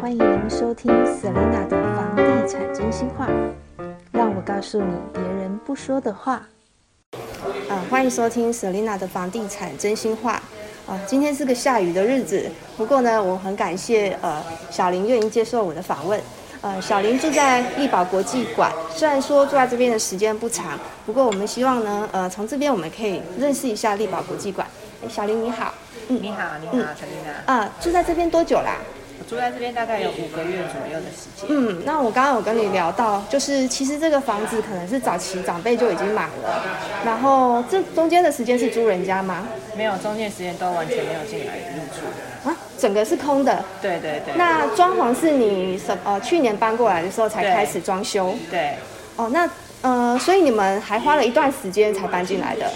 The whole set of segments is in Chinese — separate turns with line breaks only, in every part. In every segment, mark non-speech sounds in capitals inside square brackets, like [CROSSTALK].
欢迎您收听 Selina 的房地产真心话，让我告诉你别人不说的话。啊，欢迎收听 Selina 的房地产真心话。啊，今天是个下雨的日子，不过呢，我很感谢呃小林愿意接受我的访问。呃，小林住在力宝国际馆，虽然说住在这边的时间不长，不过我们希望呢，呃，从这边我们可以认识一下力宝国际馆。哎，小林你好，
你好，你好，陈琳娜。
啊，住在这边多久啦、
我住在这边大概有五个月左右的时间。
嗯，那我刚刚有跟你聊到，就是其实这个房子可能是早期长辈就已经买了，然后这中间的时间是租人家吗？
没有，中间时间都完全没有进来入住。
啊，整个是空的。
对对对。
那装潢是你什呃去年搬过来的时候才
对
开始装修
对
哦？那呃，所以你们还花了一段时间才搬进来的。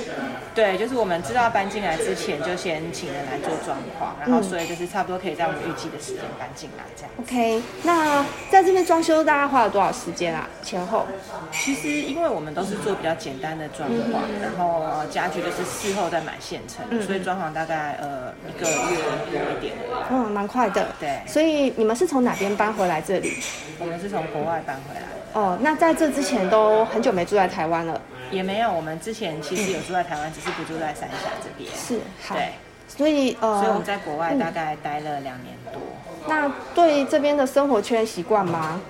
对，就是我们知道搬进来之前，就先请人来做装潢，然
嗯
后所以就是差不多可以在我们预计的时间搬进来这样。
OK，那在这边装修大概花了多少时间啊？前后？
其实因为我们都是做比较简单的装潢，然后呃家具就是事后再买现成
嗯
的，所以装潢大概呃一个月多一点而已。
嗯，蛮快的。
对
所以你们是从哪边搬回来这里？
我们是从国外搬回来的。
哦，那在这之前都很久没住在台湾了。
也没有，我们之前其实有住在台湾，只是不住在三峡这边。
是，好。
对，
所以呃，
所以我们在国外大概待了两年多，
那对这边的生活圈习惯吗？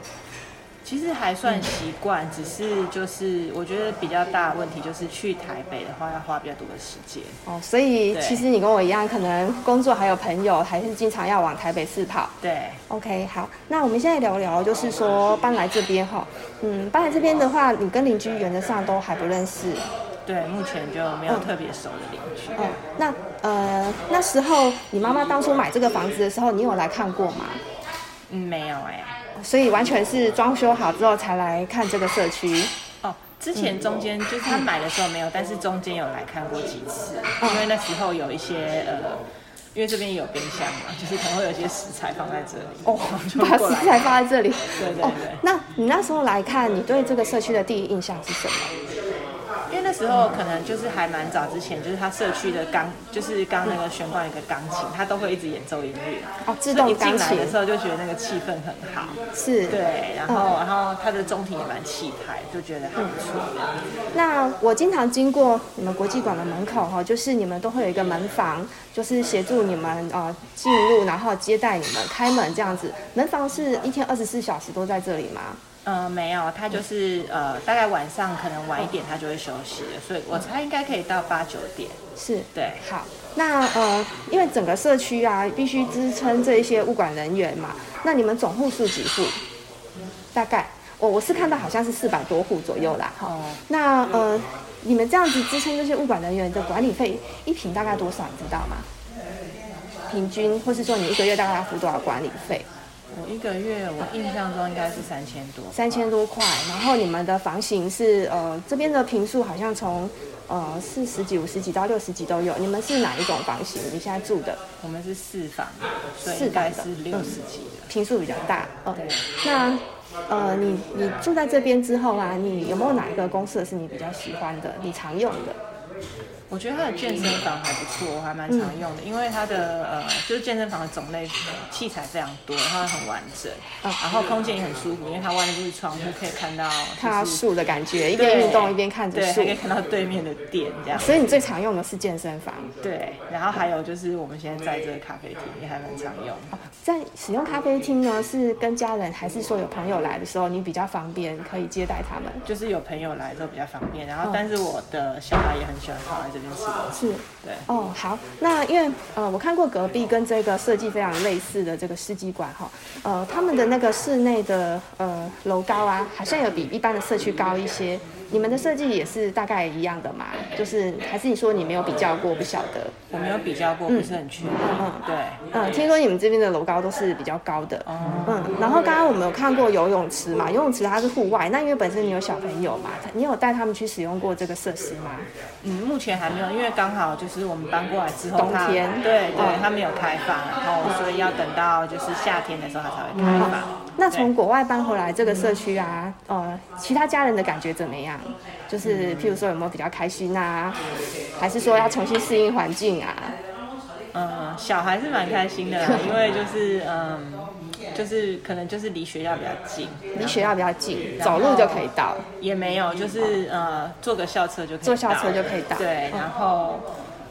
其实还
嗯
算习惯，只是就是我觉得比较大的问题就是去台北的话要花比较多的时间。
哦，所以
对
其实你跟我一样，可能工作还有朋友，还是经常要往台北市跑。
对，
OK，好，那我们现在聊聊，就是说搬来这边哈，嗯，搬来这边的话，你跟邻居原则上都还不认识，
对，目前就没有特别熟的邻居。
嗯，那呃那时候你妈妈当初买这个房子的时候，你有来看过吗？
嗯，没有哎、
所以完全是装修好之后才来看这个社区。
哦，之前
嗯
中间就是他买的时候没有，但是中间有来看过几次，
哦
因为那时候有一些呃，因为这边有冰箱嘛，就是可能会有一些食材放在这里，哦，就
把
过
食
来
材放在这里。
对对
哦
对，
那你那时候来看，你对这个社区的第一印象是什么？
因为那时候可能就是还蛮早之前，就是他社区的钢，就是刚那个玄关有一个钢琴，他都会一直演奏音乐。
哦，自动
所以
钢
一进来
琴
的时候就觉得那个气氛很好，
是。
对，然后然后他的中庭也蛮气派，就觉得还不错。
那我经常经过你们国际馆的门口哈，就是你们都会有一个门房，就是协助你们呃进入，然后接待你们开门这样子。门房是一天二十四小时都在这里吗？
嗯、没有，他就是呃，大概晚上可能晚一点他就会休息了，所以我猜应该可以到八九点。
是。
对，
好，那呃，因为整个社区啊，必须支撑这一些物管人员嘛。那你们总户数几户？大概，我我是看到好像是四百多户左右啦。哈、
哦
那呃，你们这样子支撑这些物管人员的管理费，一平大概多少？你知道吗？平均，或是说你一个月大概要付多少管理费？
我一个月我印象中应该是三千多，
三千多块。然后你们的房型是呃，这边的平数好像从呃四十几、五十几到六十几都有。你们是哪一种房型？你现在住的？
我们是四房，所以
四
应
房
该
的嗯
是六十几的。
平数比较大。哦
对，
那呃，你你住在这边之后啊，你有没有哪一个公社是你比较喜欢的，你常用的？
我觉得它的健身房还不错，我还蛮常用的，因为它的呃，就是健身房的种类呃器材非常多，然后很完整，
嗯
然后空间也很舒服，因为它外面就是窗户，可以看到、就是、
看到树的感觉，一
对，
边运动一边看着
对，
树
还可。以看到对面的店这样。
所以你最常用的是健身房，
对，然后还有就是我们现在在这个咖啡厅也还蛮常用的。
在使用咖啡厅呢，是跟家人还是说有朋友来的时候，你比较方便可以接待他们？
就是有朋友来之后比较方便，然
哦
后但是我的小孩也很喜欢跑来这边吃东西。
是
对，
哦，好，那因为呃，我看过隔壁跟这个设计非常类似的这个世纪馆哈，呃，他们的那个室内的呃楼高啊，好像有比一般的社区高一些。你们的设计也是大概一样的嘛？就是还是你说你没有比较过，不晓得？
我没有比较过，不是很确定。
嗯
对，
嗯，听说你们这边的楼高都是比较高的。
哦、
嗯，然后刚刚我们有看过游泳池嘛，游泳池它是户外，那因为本身你有小朋友嘛，你有带他们去使用过这个设施吗？
嗯，目前还没有，因为刚好就是我们搬过来之后，
冬
它
天
对
嗯
对，它没有开放，然后所以要等到就是夏天的时候它才会开放。
那从国外搬回来这个社区啊，呃，其他家人的感觉怎么样？就是譬如说有没有比较开心啊，还是说要重新适应环境啊？
嗯，小孩是蛮开心的
[LAUGHS]
啦，因为就是嗯，就是可能就是离学校比较近，
离学校比较近，走路就可以到。
也没有就是呃坐个校车就可以
坐校
到
车就
了
可以到
对，然后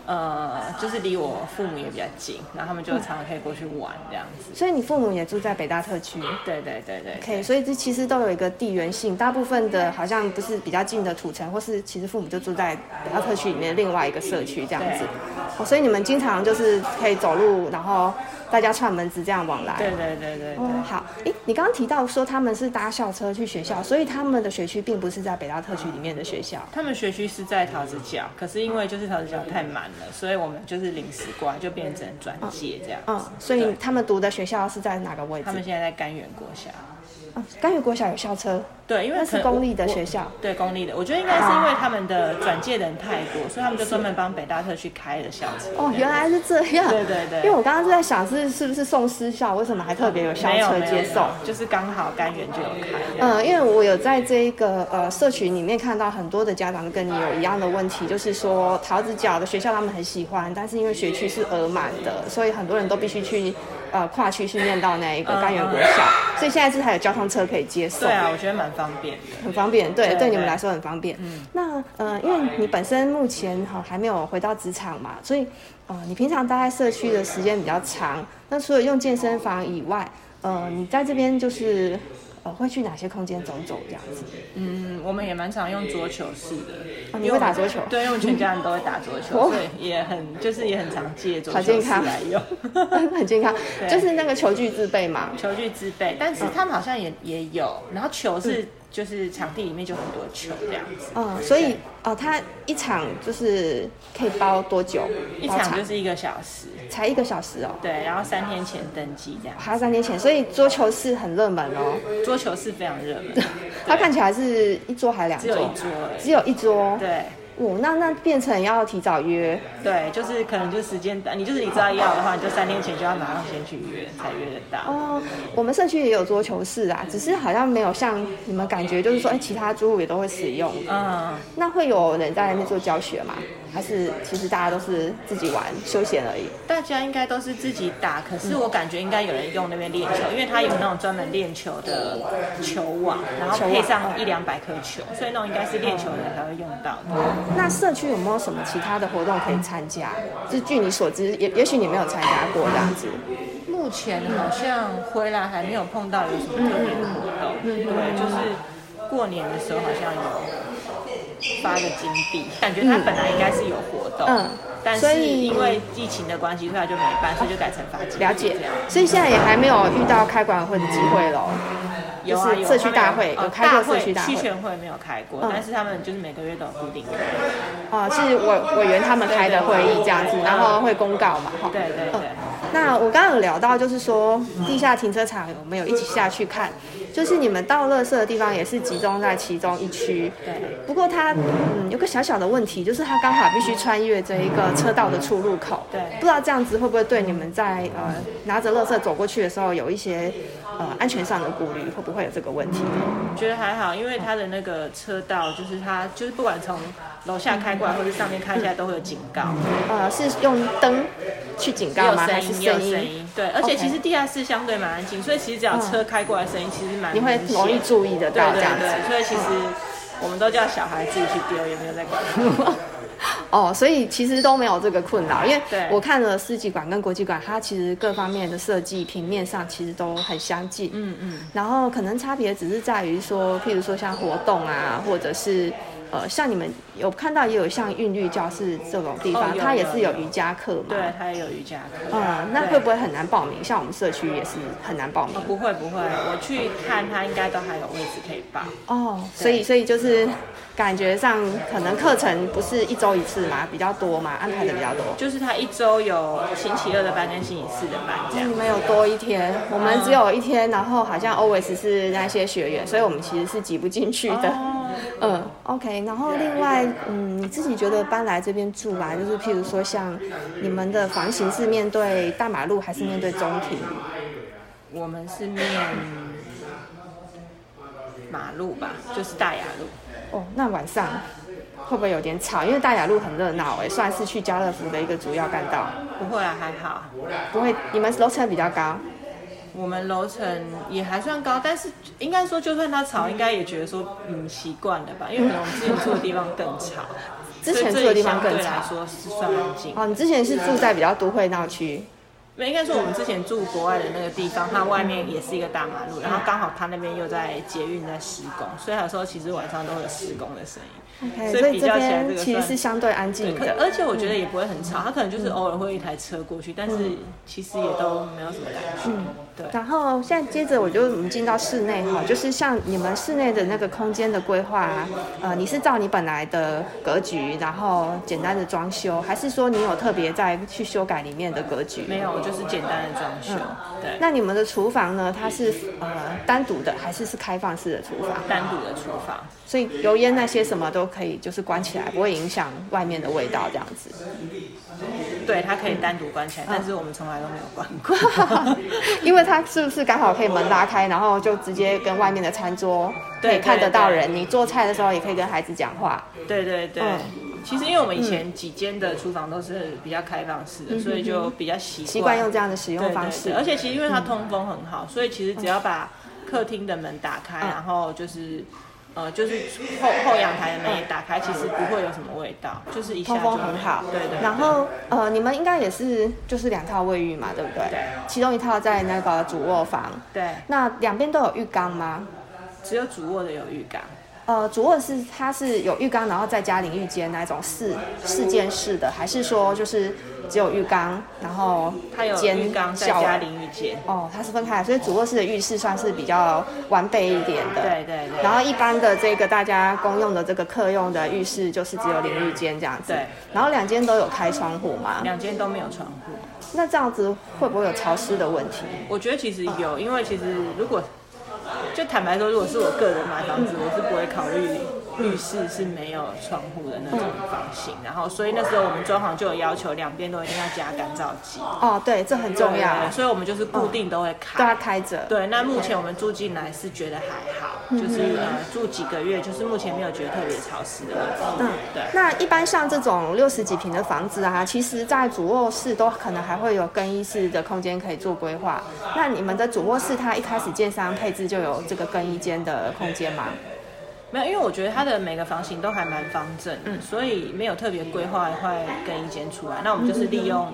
呃就是离我父母也比较近，然后他们就常常可以过去玩这样子。
所以你父母也住在北大特区。
对对对对
OK，所以这其实都有一个地缘性，大部分的好像不是比较近的土城，或是其实父母就住在北大特区里面另外一个社区这样子
对。
哦，所以你们经常就是可以走路，然后大家串门子这样往来。
对对对对啊
哦，好，诶，你刚刚提到说他们是搭校车去学校，所以他们的学区并不是在北大特区里面的学校。
他们学区是在桃子角，可是因为就是桃子角太满了，所以我们就是临时挂，就变成转介这样
嗯
子。，
所以他们读的学校是在哪个位置
他？们现在在甘源国小，
嗯，甘雨国小有校车，
对，因为
那是
可能
公立的
我
学校。
对公立的，我觉得应该是因为他们的转介人太多，所以他们就专门帮北大特去开了校车。
哦，原来是这样。
对对对
因为我刚刚就在想是是不是送私校，为什么还特别有校
没有
车
没有
接送？
没有就是刚好甘源就有开。
嗯，因为我有在这一个呃社群里面看到很多的家长跟你有一样的问题，就是说桃子角的学校他们很喜欢，但是因为学区是额满的，所以很多人都必须去呃跨区去念到那一个
嗯
甘源国小，所以现在是还有交通车可以接送。
对啊，我觉得蛮方便的。
很方便，对，
对
对你们
对
来说很方便。嗯，那呃，因为你本身目前哈、还没有回到职场嘛，所以呃，你平常待在社区的时间比较长。那除了用健身房以外，呃，你在这边就是呃会去哪些空间走走这样子？
嗯，我们也蛮常用桌球室的。
哦
因为
你会打
我们
桌球
对，因为我们全家人都会打桌球，
哦
所以也很就是也很常借桌
好
球
健
室
康
来用。
[LAUGHS] 很健康，
对
就是那个球具自备嘛。
球具自备，嗯但是他们好像也也有，然后球是就是场地里面就很多球这样子，
嗯，所以呃，它一场就是可以包多久？
一
包
场就是一个小时，
才一个小时哦，
对，然后三天前登记这样。
还要三天前，所以桌球是很热门哦。
桌球是非常热门的，
它看起来是一桌还两
只
桌
有一？桌而已。
只有一桌。
对
哦，那那变成要提早约，
对，就是可能就时间，啊你就是你知道要的话，你就三天前就要马上先去约，才约得到。
哦，我们社区也有桌球室啊，只是好像没有像你们感觉就是说，哎、其他租户也都会使用。
嗯，
那会有人在那边做教学吗？还是其实大家都是自己玩休闲而已？
大家应该都是自己打，可是我感觉应该有人用那边练球，因为它有那种专门练球的球网，然后配上一两百颗球，所以那种应该是练球的人才会用到的。
那社区有没有什么其他的活动可以参加？就据你所知，也也许你没有参加过这样子。
目前好像回来还没有碰到有什么特别的活动，
嗯
对，就是过年的时候好像有发个金币，感觉它本来应该是有活动，
嗯
但
所
是
以
因为疫情的关系，所以它就没办，所以就改成发金币
了解
这样。，
所以现在也还没有遇到开管会的机会喽。
有啊
就是
有
社区
他们
大会
呃
有开过
大会
社区大会嗯
区全会没有开过，但是他们就是每个月都有固定开。
啊、是委委员他们开的会议这样子，然后会公告嘛，哈。
对对对，
那我刚刚有聊到，就是说地下停车场有没有一起下去看？就是你们到垃圾的地方也是集中在其中一区。
对。
不过它嗯有个小小的问题，就是它刚好必须穿越这一个车道的出入口。
对
不知道这样子会不会对你们在呃拿着垃圾走过去的时候有一些呃安全上的顾虑，会不会有这个问题？
觉得还好，因为它的那个车道就是它就是不管从楼下开过来或者上面开下来都会有警告，
呃，是用灯去警
也
告
有
吗？还是
声音也有声音，对，而且
OK
其实地下室相对蛮安静，所以其实只要车开过来的声音其实蛮
你会
明显
容易注意得
对
到这
对
样子？
对，所以其实我们都叫小孩自己去丢，也没有在管。
哦，所以其实都没有这个困扰，因为
对
我看了世纪馆跟国际馆，它其实各方面的设计平面上其实都很相近，
嗯嗯，
然后可能差别只是在于说，譬如说像活动啊，或者是呃，像你们有看到也有像韵律教室这种地方，
哦有
它也是有
有有
瑜伽课嘛，
[LAUGHS] 对，它也有瑜伽课。
嗯，那
对
会不会很难报名？像我们社区也是很难报名
哦，不会不会，我去看他应该都还有位置可以报。
哦，所以所以就是感觉上可能课程不是一周一次嘛，比较多嘛，安排的比较多。
就是他一周有星期二的班跟星期四的班这样
你。们有多一天，我们只有一天，然后好像 always 是那些学员，所以我们其实是挤不进去的。
哦
嗯，OK。然后另外，嗯，你自己觉得搬来这边住啊，就是譬如说像你们的房型是面对大马路还是面对中庭？
我们是面马路吧，就是大雅路。
哦，那晚上会不会有点吵？因为大雅路很热闹哎，算是去家乐福的一个主要干道，
不会啦，还好。
不会，你们楼层比较高，
我们楼层也还算高，但是应该说，就算它吵，应该也觉得说，嗯，习惯了吧，因为可能我们之前住的地方更吵，
嗯之前住的地方更
所以这里
吵
相对来说是算安静。
哦，你之前是住在比较都会闹区，
没应该说我们之前住国外的那个地方，它外面也是一个大马路，然后刚好它那边又在捷运在施工，所以有时候其实晚上都会有施工的声音
OK，
所
所
以
以
比
这
较起来这
边
个
其实是
算。
相对安
对
静
可
的。嗯
而且我觉得也不会很吵，它可能就是偶尔会有一台车过去，但是其实也都没有什么感觉。
嗯
对。
然后现在接着我就我们进到室内哈，就是像你们室内的那个空间的规划啊，呃，你是照你本来的格局，然后简单的装修，还是说你有特别再去修改里面的格局？
没有，就是简单的装修。对，
那你们的厨房呢？它是呃单独的，还是是开放式的厨房？
单独的厨房，
所以油烟那些什么都可以，就是关起来，不会影响外面的味道这样
[LAUGHS]
子。
对，它可以单独关起来，
嗯
但是我们从来都没有关过。
因为它是不是刚好可以门拉开，然后就直接跟外面的餐桌可
对
以看得到人？
对
你做菜的时候也可以跟孩子讲话。
[LAUGHS] 对对对。
嗯
其实，因为我们以前几间的厨房都是比较开放式的，所以就比较习惯
嗯习惯用这样的使用方式嗯
对对对而且其实因为它通风很好，所以其实只要把客厅的门打开，
嗯
然后就是呃就是后后阳台的门也打开，其实不会有什么味道，就是一下
嗯通
就
风很好，
对对对。
然后呃，你们应该也是就是两套卫浴嘛，对不对？
对
其中一套在那个主卧房，
对，
那两边都有浴缸吗？
只有主卧的有浴缸。
呃，主卧是它是有浴缸，然后再加淋浴间那一种四四间式的，还是说就是只有浴缸，然后
它有
兼
浴缸，再
小
加淋浴间。
哦，它是分开来，所以主卧室的浴室算是比较完备一点的。
对对对
然后一般的这个大家公用的这个客用的浴室就是只有淋浴间这样子。
对。
然后两间都有开窗户嘛，
两间都没有窗户。
那这样子会不会有潮湿的问题？
我觉得其实有，因为其实如果就坦白说，如果是我个人买房子，我是不会考虑浴室是没有窗户的那种房型。然后，所以那时候我们装潢就有要求，两边都一定要加干燥剂，
哦，对，这很重要，
对所以我们就是固定都会
都要
开。
开着。
对，那目前我们住进来是觉得还好，就是呃住几个月，就是目前没有觉得特别潮湿的问题。对。
那一般像这种六十几平的房子啊，其实在主卧室都可能还会有更衣室的空间可以做规划。那你们的主卧室它一开始建商配置就有这个更衣间的空间吗？
没有，因为我觉得它的每个房型都还蛮方正，嗯，所以没有特别规划一块更衣间出来。那我们就是利用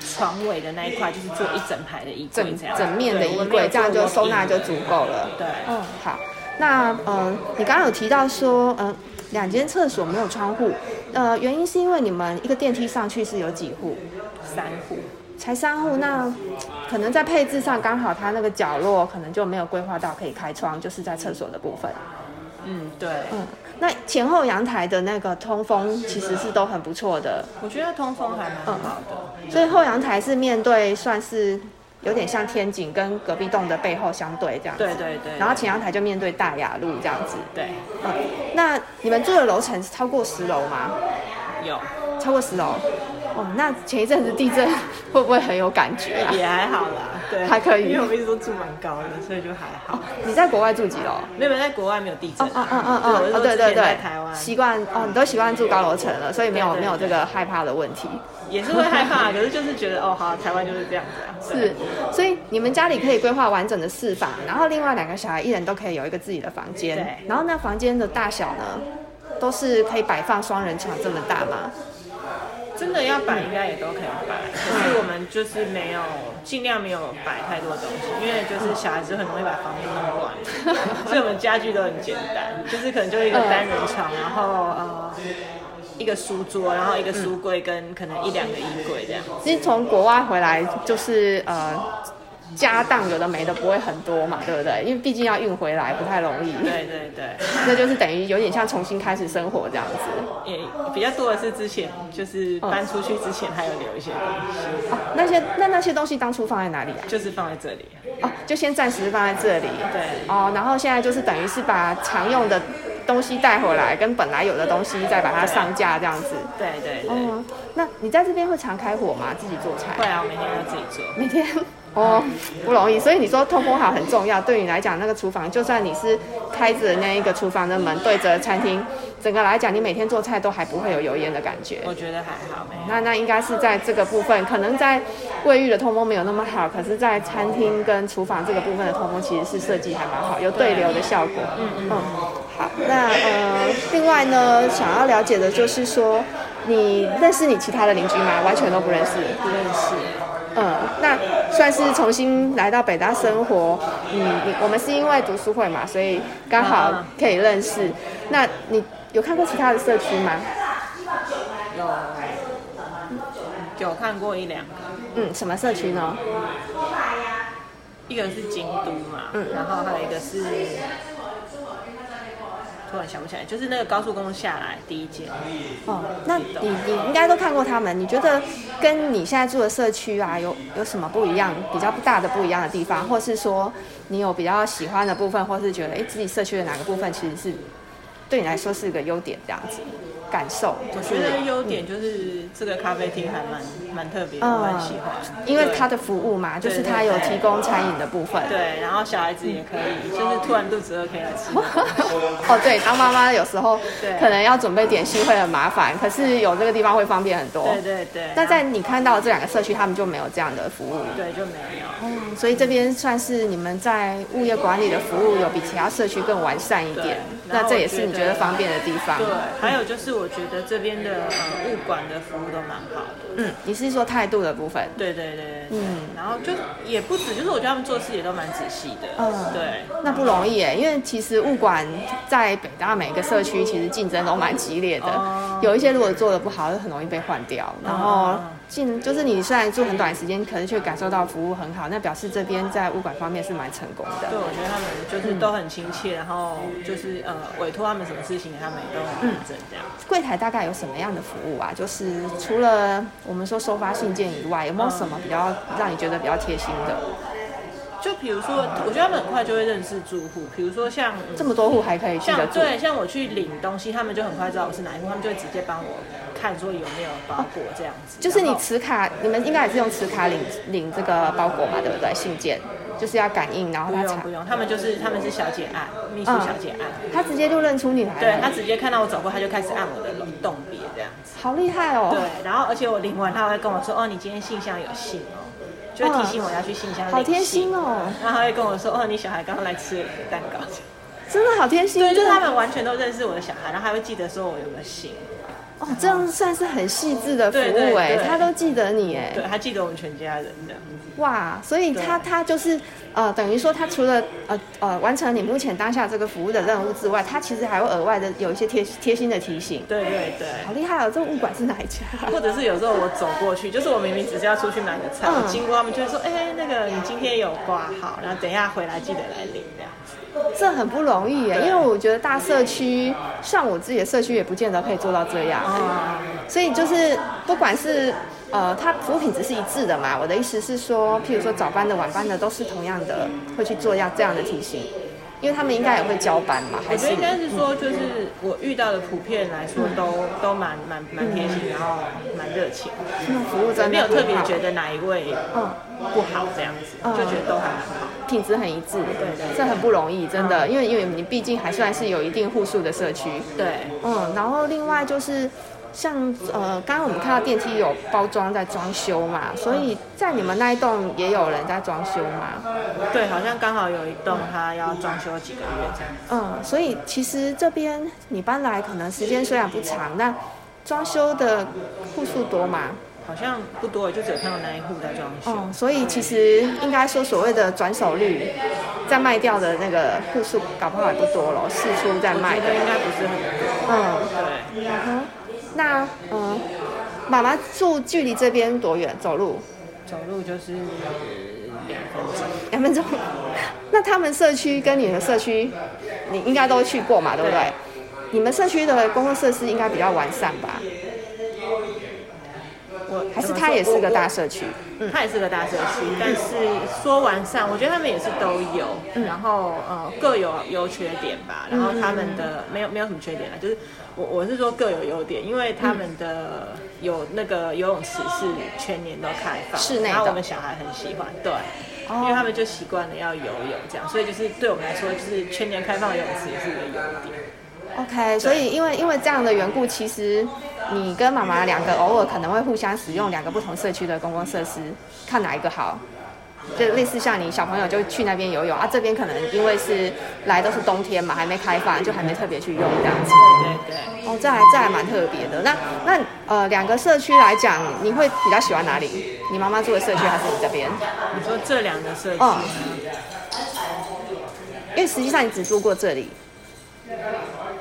床尾的那一块，就是做一整排的衣柜
整
这样，
整面的
对我
衣
们没有
柜，这样
做
就
walk-in
收纳就足够了。
对
嗯，好。那嗯、呃你刚刚有提到说，嗯、两间厕所没有窗户，呃，原因是因为你们一个电梯上去是有几户？
三户。
才三户，那可能在配置上刚好它那个角落可能就没有规划到可以开窗，就是在厕所的部分。
嗯，对，
嗯，那前后阳台的那个通风其实是都很不错的，
我觉得通风还蛮好的。
所以后阳台是面对算是有点像天井跟隔壁栋的背后相对这样子。
对对对。
然后前阳台就面对大雅路这样子。
对
嗯，那你们住的楼层是超过十楼吗？
有
超过十楼。哦，那前一阵子地震会不会很有感觉啊？
也还好啦，对，
还可以
因为我们一直都住蛮高的，所以就还好。
你在国外住几楼？
没有，没有在国外没有地震
哦
啊。
哦哦哦
我
哦哦，
是说
对
之
对
前
对
在台，湾
习惯哦，你都习惯住高楼层了，所以没有
对对
没有这个害怕的问题。
也是会害怕，可是就是觉得哦，好，台湾就是这样子啊。对
是，所以你们家里可以规划完整的四房，然后另外两个小孩一人都可以有一个自己的房间，
对
然后那房间的大小呢，都是可以摆放双人床这么大吗？
真的要摆，应该也都可以摆，可是我们就是没有尽量没有摆太多东西，因为就是小孩子很容易把房间弄乱，所以我们家具都很简单，就是可能就一个单人床，然后呃一个书桌，然后一个书柜跟可能一两个衣柜这样。
其实从国外回来就是呃，家当有的没的不会很多嘛，对不对？因为毕竟要运回来不太容易， [LAUGHS]
对对对，
那就是等于有点像重新开始生活这样子。
也比较多的是之前就是搬出去之前还有留一些东西，
哦，那些那那些东西当初放在哪里啊？
就是放在这里。
哦，就先暂时放在这里。
对
哦，然后现在就是等于是把常用的东西带回来，跟本来有的东西再把它上架这样子。哦
对对对，
哦，那你在这边会常开火吗？自己做菜？
会啊，我每天要自己做。
每天 [LAUGHS] 哦，不容易。所以你说通风好很重要，对你来讲，那个厨房，就算你是开着那一个厨房的门对着餐厅，整个来讲，你每天做菜都还不会有油烟的感觉。
我觉得还好，没有
那那应该是在这个部分，可能在卫浴的通风没有那么好，可是，在餐厅跟厨房这个部分的通风其实是设计还蛮好，有对流的效果。嗯嗯。好，那呃，另外呢，想要了解的就是说，你认识你其他的邻居吗？完全都不认识。
不认识。
嗯，那算是重新来到北大生活。嗯，你我们是因为读书会嘛，所以刚好
啊
可以认识。那你有看过其他的社区吗？
有有看过一两个，
嗯，什么社区呢？
一个是京都嘛，
嗯
然后还有一个是。突然想不起来，就是那个高速公路下来第一间，
哦，那你你应该都看过他们，你觉得跟你现在住的社区啊，有有什么不一样？比较大的不一样的地方，或是说你有比较喜欢的部分，或是觉得哎、诶自己社区的哪个部分其实是对你来说是个优点这样子感受？
我
就是
觉得优点就是这个咖啡厅还蛮蛮特别的，
嗯
我很喜欢，
因为
对
它的服务嘛，就是
对
它有提供餐饮的部分。
对，然后小孩子也可以，就是突然肚子饿可以来
[LAUGHS]
吃。
哦，对，当妈妈有时候
对
可能要准备点心会很麻烦，可是有这个地方会方便很多。
对对对。
那在你看到的这两个社区，他们就没有这样的服务。
对就没有，
嗯，所以这边算是你们在物业管理的服务有比其他社区更完善一点
对，
那这也是你觉
然后我觉
得
得
方便的地方。
对，还有就是我觉得这边的呃物管的服务都蛮好的，
嗯，你是说态度的部分？
对对对对，
嗯
嗯，然后就也不止，就是我觉得他们做事也都蛮仔细的，
嗯
对，
那不容易耶，因为其实物管在北大每个社区其实竞争都蛮激烈的，
哦
有一些如果做的不好，就很容易被换掉。然后
哦
进就是你虽然做很短时间，可是却感受到服务很好，那表示这边在物管方面是蛮成功的。
对，我觉得他们就是都很亲切，然后就是呃委托他们什么事情，他们也都很认真这样。
柜台大概有什么样的服务啊？就是除了我们说收发信件以外，有
嗯
没有什么比较让你觉得比较贴心的？
就比如说，我觉得他们很快就会认识住户，比如说像嗯
这么多户还可以记得
像
住？
对，像我去领东西，他们就很快知道我是哪一户，他们就会直接帮我看说有没有包裹这样子。
就是你
然后
持卡，你们应该也是用持卡领领这个包裹嘛，对不对？信件就是要感应，然后
不
他
用
查
不，用，他们就是他们是小姐按，秘书
嗯
小姐按，
他直接就认出你来了，
对他直接看到我走过，他就开始按我的动别这样子。
好厉害哦！
对，然后而且我领完他会跟我说，哦，你今天信箱有信哦，就会提醒我要去信箱
好
领
贴
信
心。哦，
然后他会跟我说，哦，你小孩刚刚来吃了你的蛋糕。
真的好贴心，
对，就是
真
他
的
们完全都认识我的小孩，然后还会记得说我有没有信，
哦，这样算是很细致的服
对对
务哎，
对
他都记得你哎，
对，还记得我们全家人这样
嗯
子。
哇，所以他
对
他就是呃，等于说他除了呃呃完成你目前当下这个服务的任务之外，他其实还会额外的有一些贴贴心的提醒，
对对对
好。厉害哦！这物管是哪一家？ [LAUGHS]
或者是有时候我走过去，就是我明明只是要出去买个菜，
嗯
我经过他们就会说，哎、那个你今天有挂号，然后等一下回来记得来领这样子。
这很不容易耶，因
对
为我觉得大社区，像我自己的社区也不见得可以做到这样，所以就是不管是。呃，它服务品质是一致的嘛？我的意思是说，譬如说早班的、晚班的都是同样的，会去做要这样的提醒，因为他们应该也会交班嘛，还
我觉
是嗯
得应该是说，就是我遇到的普遍来说都、都蛮蛮蛮贴心，然后蛮热情，
他们服务真的
没有特
嗯很
别
好
觉得哪一位
嗯
不好这样子，
嗯
就觉得都还蛮好。
品质很一致，
对对
这很不容易，真的，因为因为你毕竟还算是有一定户数的社区，
对，
嗯，然后另外就是像呃，刚刚我们看到电梯有包装在装修嘛，所以在你们那一栋也有人在装修嘛，
对，好像刚好有一栋它要装修几个月这样。
嗯，所以其实这边你搬来可能时间虽然不长，但装修的户数多嘛，
好像不多，就只有看到那一户在装修。
嗯，所以其实应该说所谓的转手率，在卖掉的那个户数搞不好也不多咯，四处在
我
卖
觉
的
得，应该不是很
嗯。
多。对，
那嗯，妈妈住距离这边多远？走路
走路就是两分钟。
两分钟。 [LAUGHS] 那他们社区跟你的社区，你应该都去过嘛，对不对？
对
你们社区的公共设施应该比较完善吧？
我
还是它也是个大，社区？
嗯，它也是个大社区，但是说完善，我觉得他们也是都有，
嗯
然后呃各有优缺点吧，然后他们的没有没有什么缺点啦，就是我我是说各有优点，因为他们的有那个游泳池是全年都开放，
室内的哦
然后我们小孩很喜欢，对，因为他们就习惯了要游泳这样，所以就是对我们来说，就是全年开放游泳池也是一个优点。
OK，所以因为因为这样的缘故，其实你跟妈妈两个偶尔可能会互相使用两个不同社区的公共设施，看哪一个好。就类似像你小朋友就去那边游泳啊，这边可能因为是来都是冬天嘛，还没开放，就还没特别去用这样子。
对对，
哦，这还这还蛮特别的。那那呃，两个社区来讲，你会比较喜欢哪里？你妈妈住的社区还是你这边？
你说这两个社区
嗯
吗，
因为实际上你只住过这里。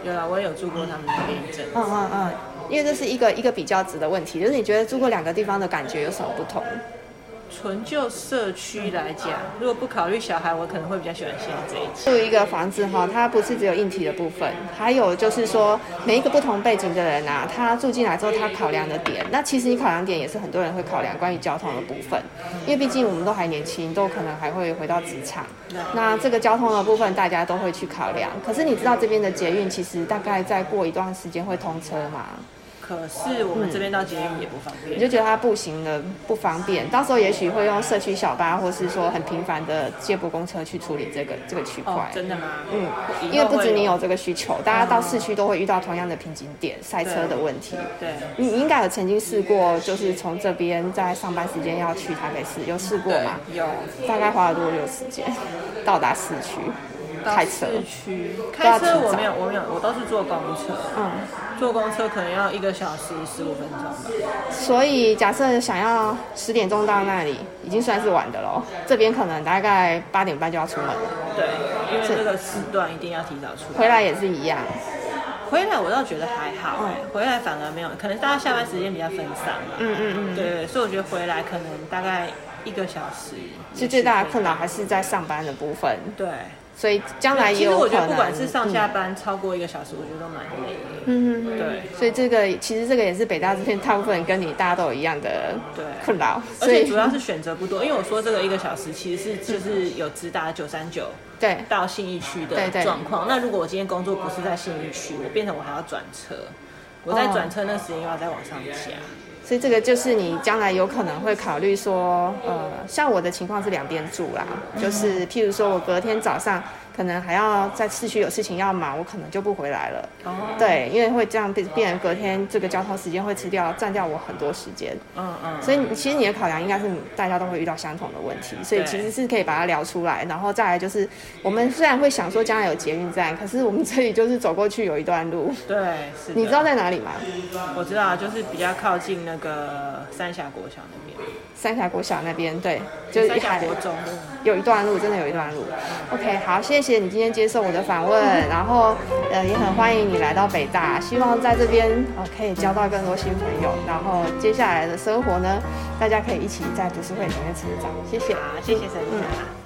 有啦，我也有住过他们那边一阵子。
嗯嗯嗯，因为这是一个一个比较值的问题，就是你觉得住过两个地方的感觉有什么不同？
纯就社区来讲，如果不考虑小孩，我可能会比较喜欢现在这一种。
住一个房子哈，它不是只有硬体的部分，还有就是说每一个不同背景的人啊，他住进来之后他考量的点，那其实你考量点也是很多人会考量关于交通的部分，因为毕竟我们都还年轻，都可能还会回到职场，那这个交通的部分大家都会去考量。可是你知道这边的捷运其实大概再过一段时间会通车嘛，
可是我们这边到捷运也不方
你
便，
就觉得它步行的不方便，到时候也许会用社区小巴或是说很频繁的接驳公车去处理这个这个区块。
哦，真的吗？
嗯
以后，
因为不止
会
你有这个需求，大家到市区都会遇到同样的瓶颈点，塞车的问题。
对，
你你应该有曾经试过，就是从这边在上班时间要去台北市，有试过吗？
对，有
大概花了多久时间到达市区？
到
开车？
市区
都要
开
提
车
早
我没有，我没有，我都是坐公车，
嗯，
坐公车可能要一个小时十五分钟吧。
所以假设想要十点钟到那里，已经算是晚的喽。这边可能大概八点半就要出门了，
对，因为这个时段一定要提早出来。
回来也是一样。
回来我倒觉得还好、哎，回来反而没有，可能大家下班时间比较分散吧。
嗯嗯嗯，
对对，所以我觉得回来可能大概一个小时。
所以最大的困扰还是在上班的部分，
对，
所以将来
其
也
实
有可能。
我觉得不管是上下班超过一个小时，我觉得都蛮累的。
嗯嗯嗯
对
所以这个其实这个也是北大这边大部分人跟你大家都有一样的
对
困扰，
而
所以
且主要是选择不多，因为我说这个一个小时其实是就是有直达九三九
对
到信义区
对
的
对
状况。那如果我今天工作不是在信义区，我变成我还要转车，我在
哦
转车那时间又要再往上加。
所以这个就是你将来有可能会考虑说，呃，像我的情况是两边住啦，
嗯
就是譬如说我隔天早上可能还要在市区有事情要忙，我可能就不回来了。
哦，
对，因为会这样变变成隔天这个交通时间会吃掉占掉我很多时间，
嗯嗯，
所以你其实你的考量应该是大家都会遇到相同的问题，所以
对
其实是可以把它聊出来。然后再来就是，我们虽然会想说将来有捷运站，可是我们这里就是走过去有一段路，
对，是的。
你知道在哪里吗？
我知道，就是比较靠近那个三峡国小那边，
三峡国小那边，对，就是
三峡
还
国中。
有一段路，真的有一段路。OK，好，谢谢你今天接受我的访问，然后呃也很欢迎你来到北大，希望在这边呃可以交到更多新朋友，然后接下来的生活呢，大家可以一起在读书会里面成长。谢谢。嗯
好，谢谢沈丽娜。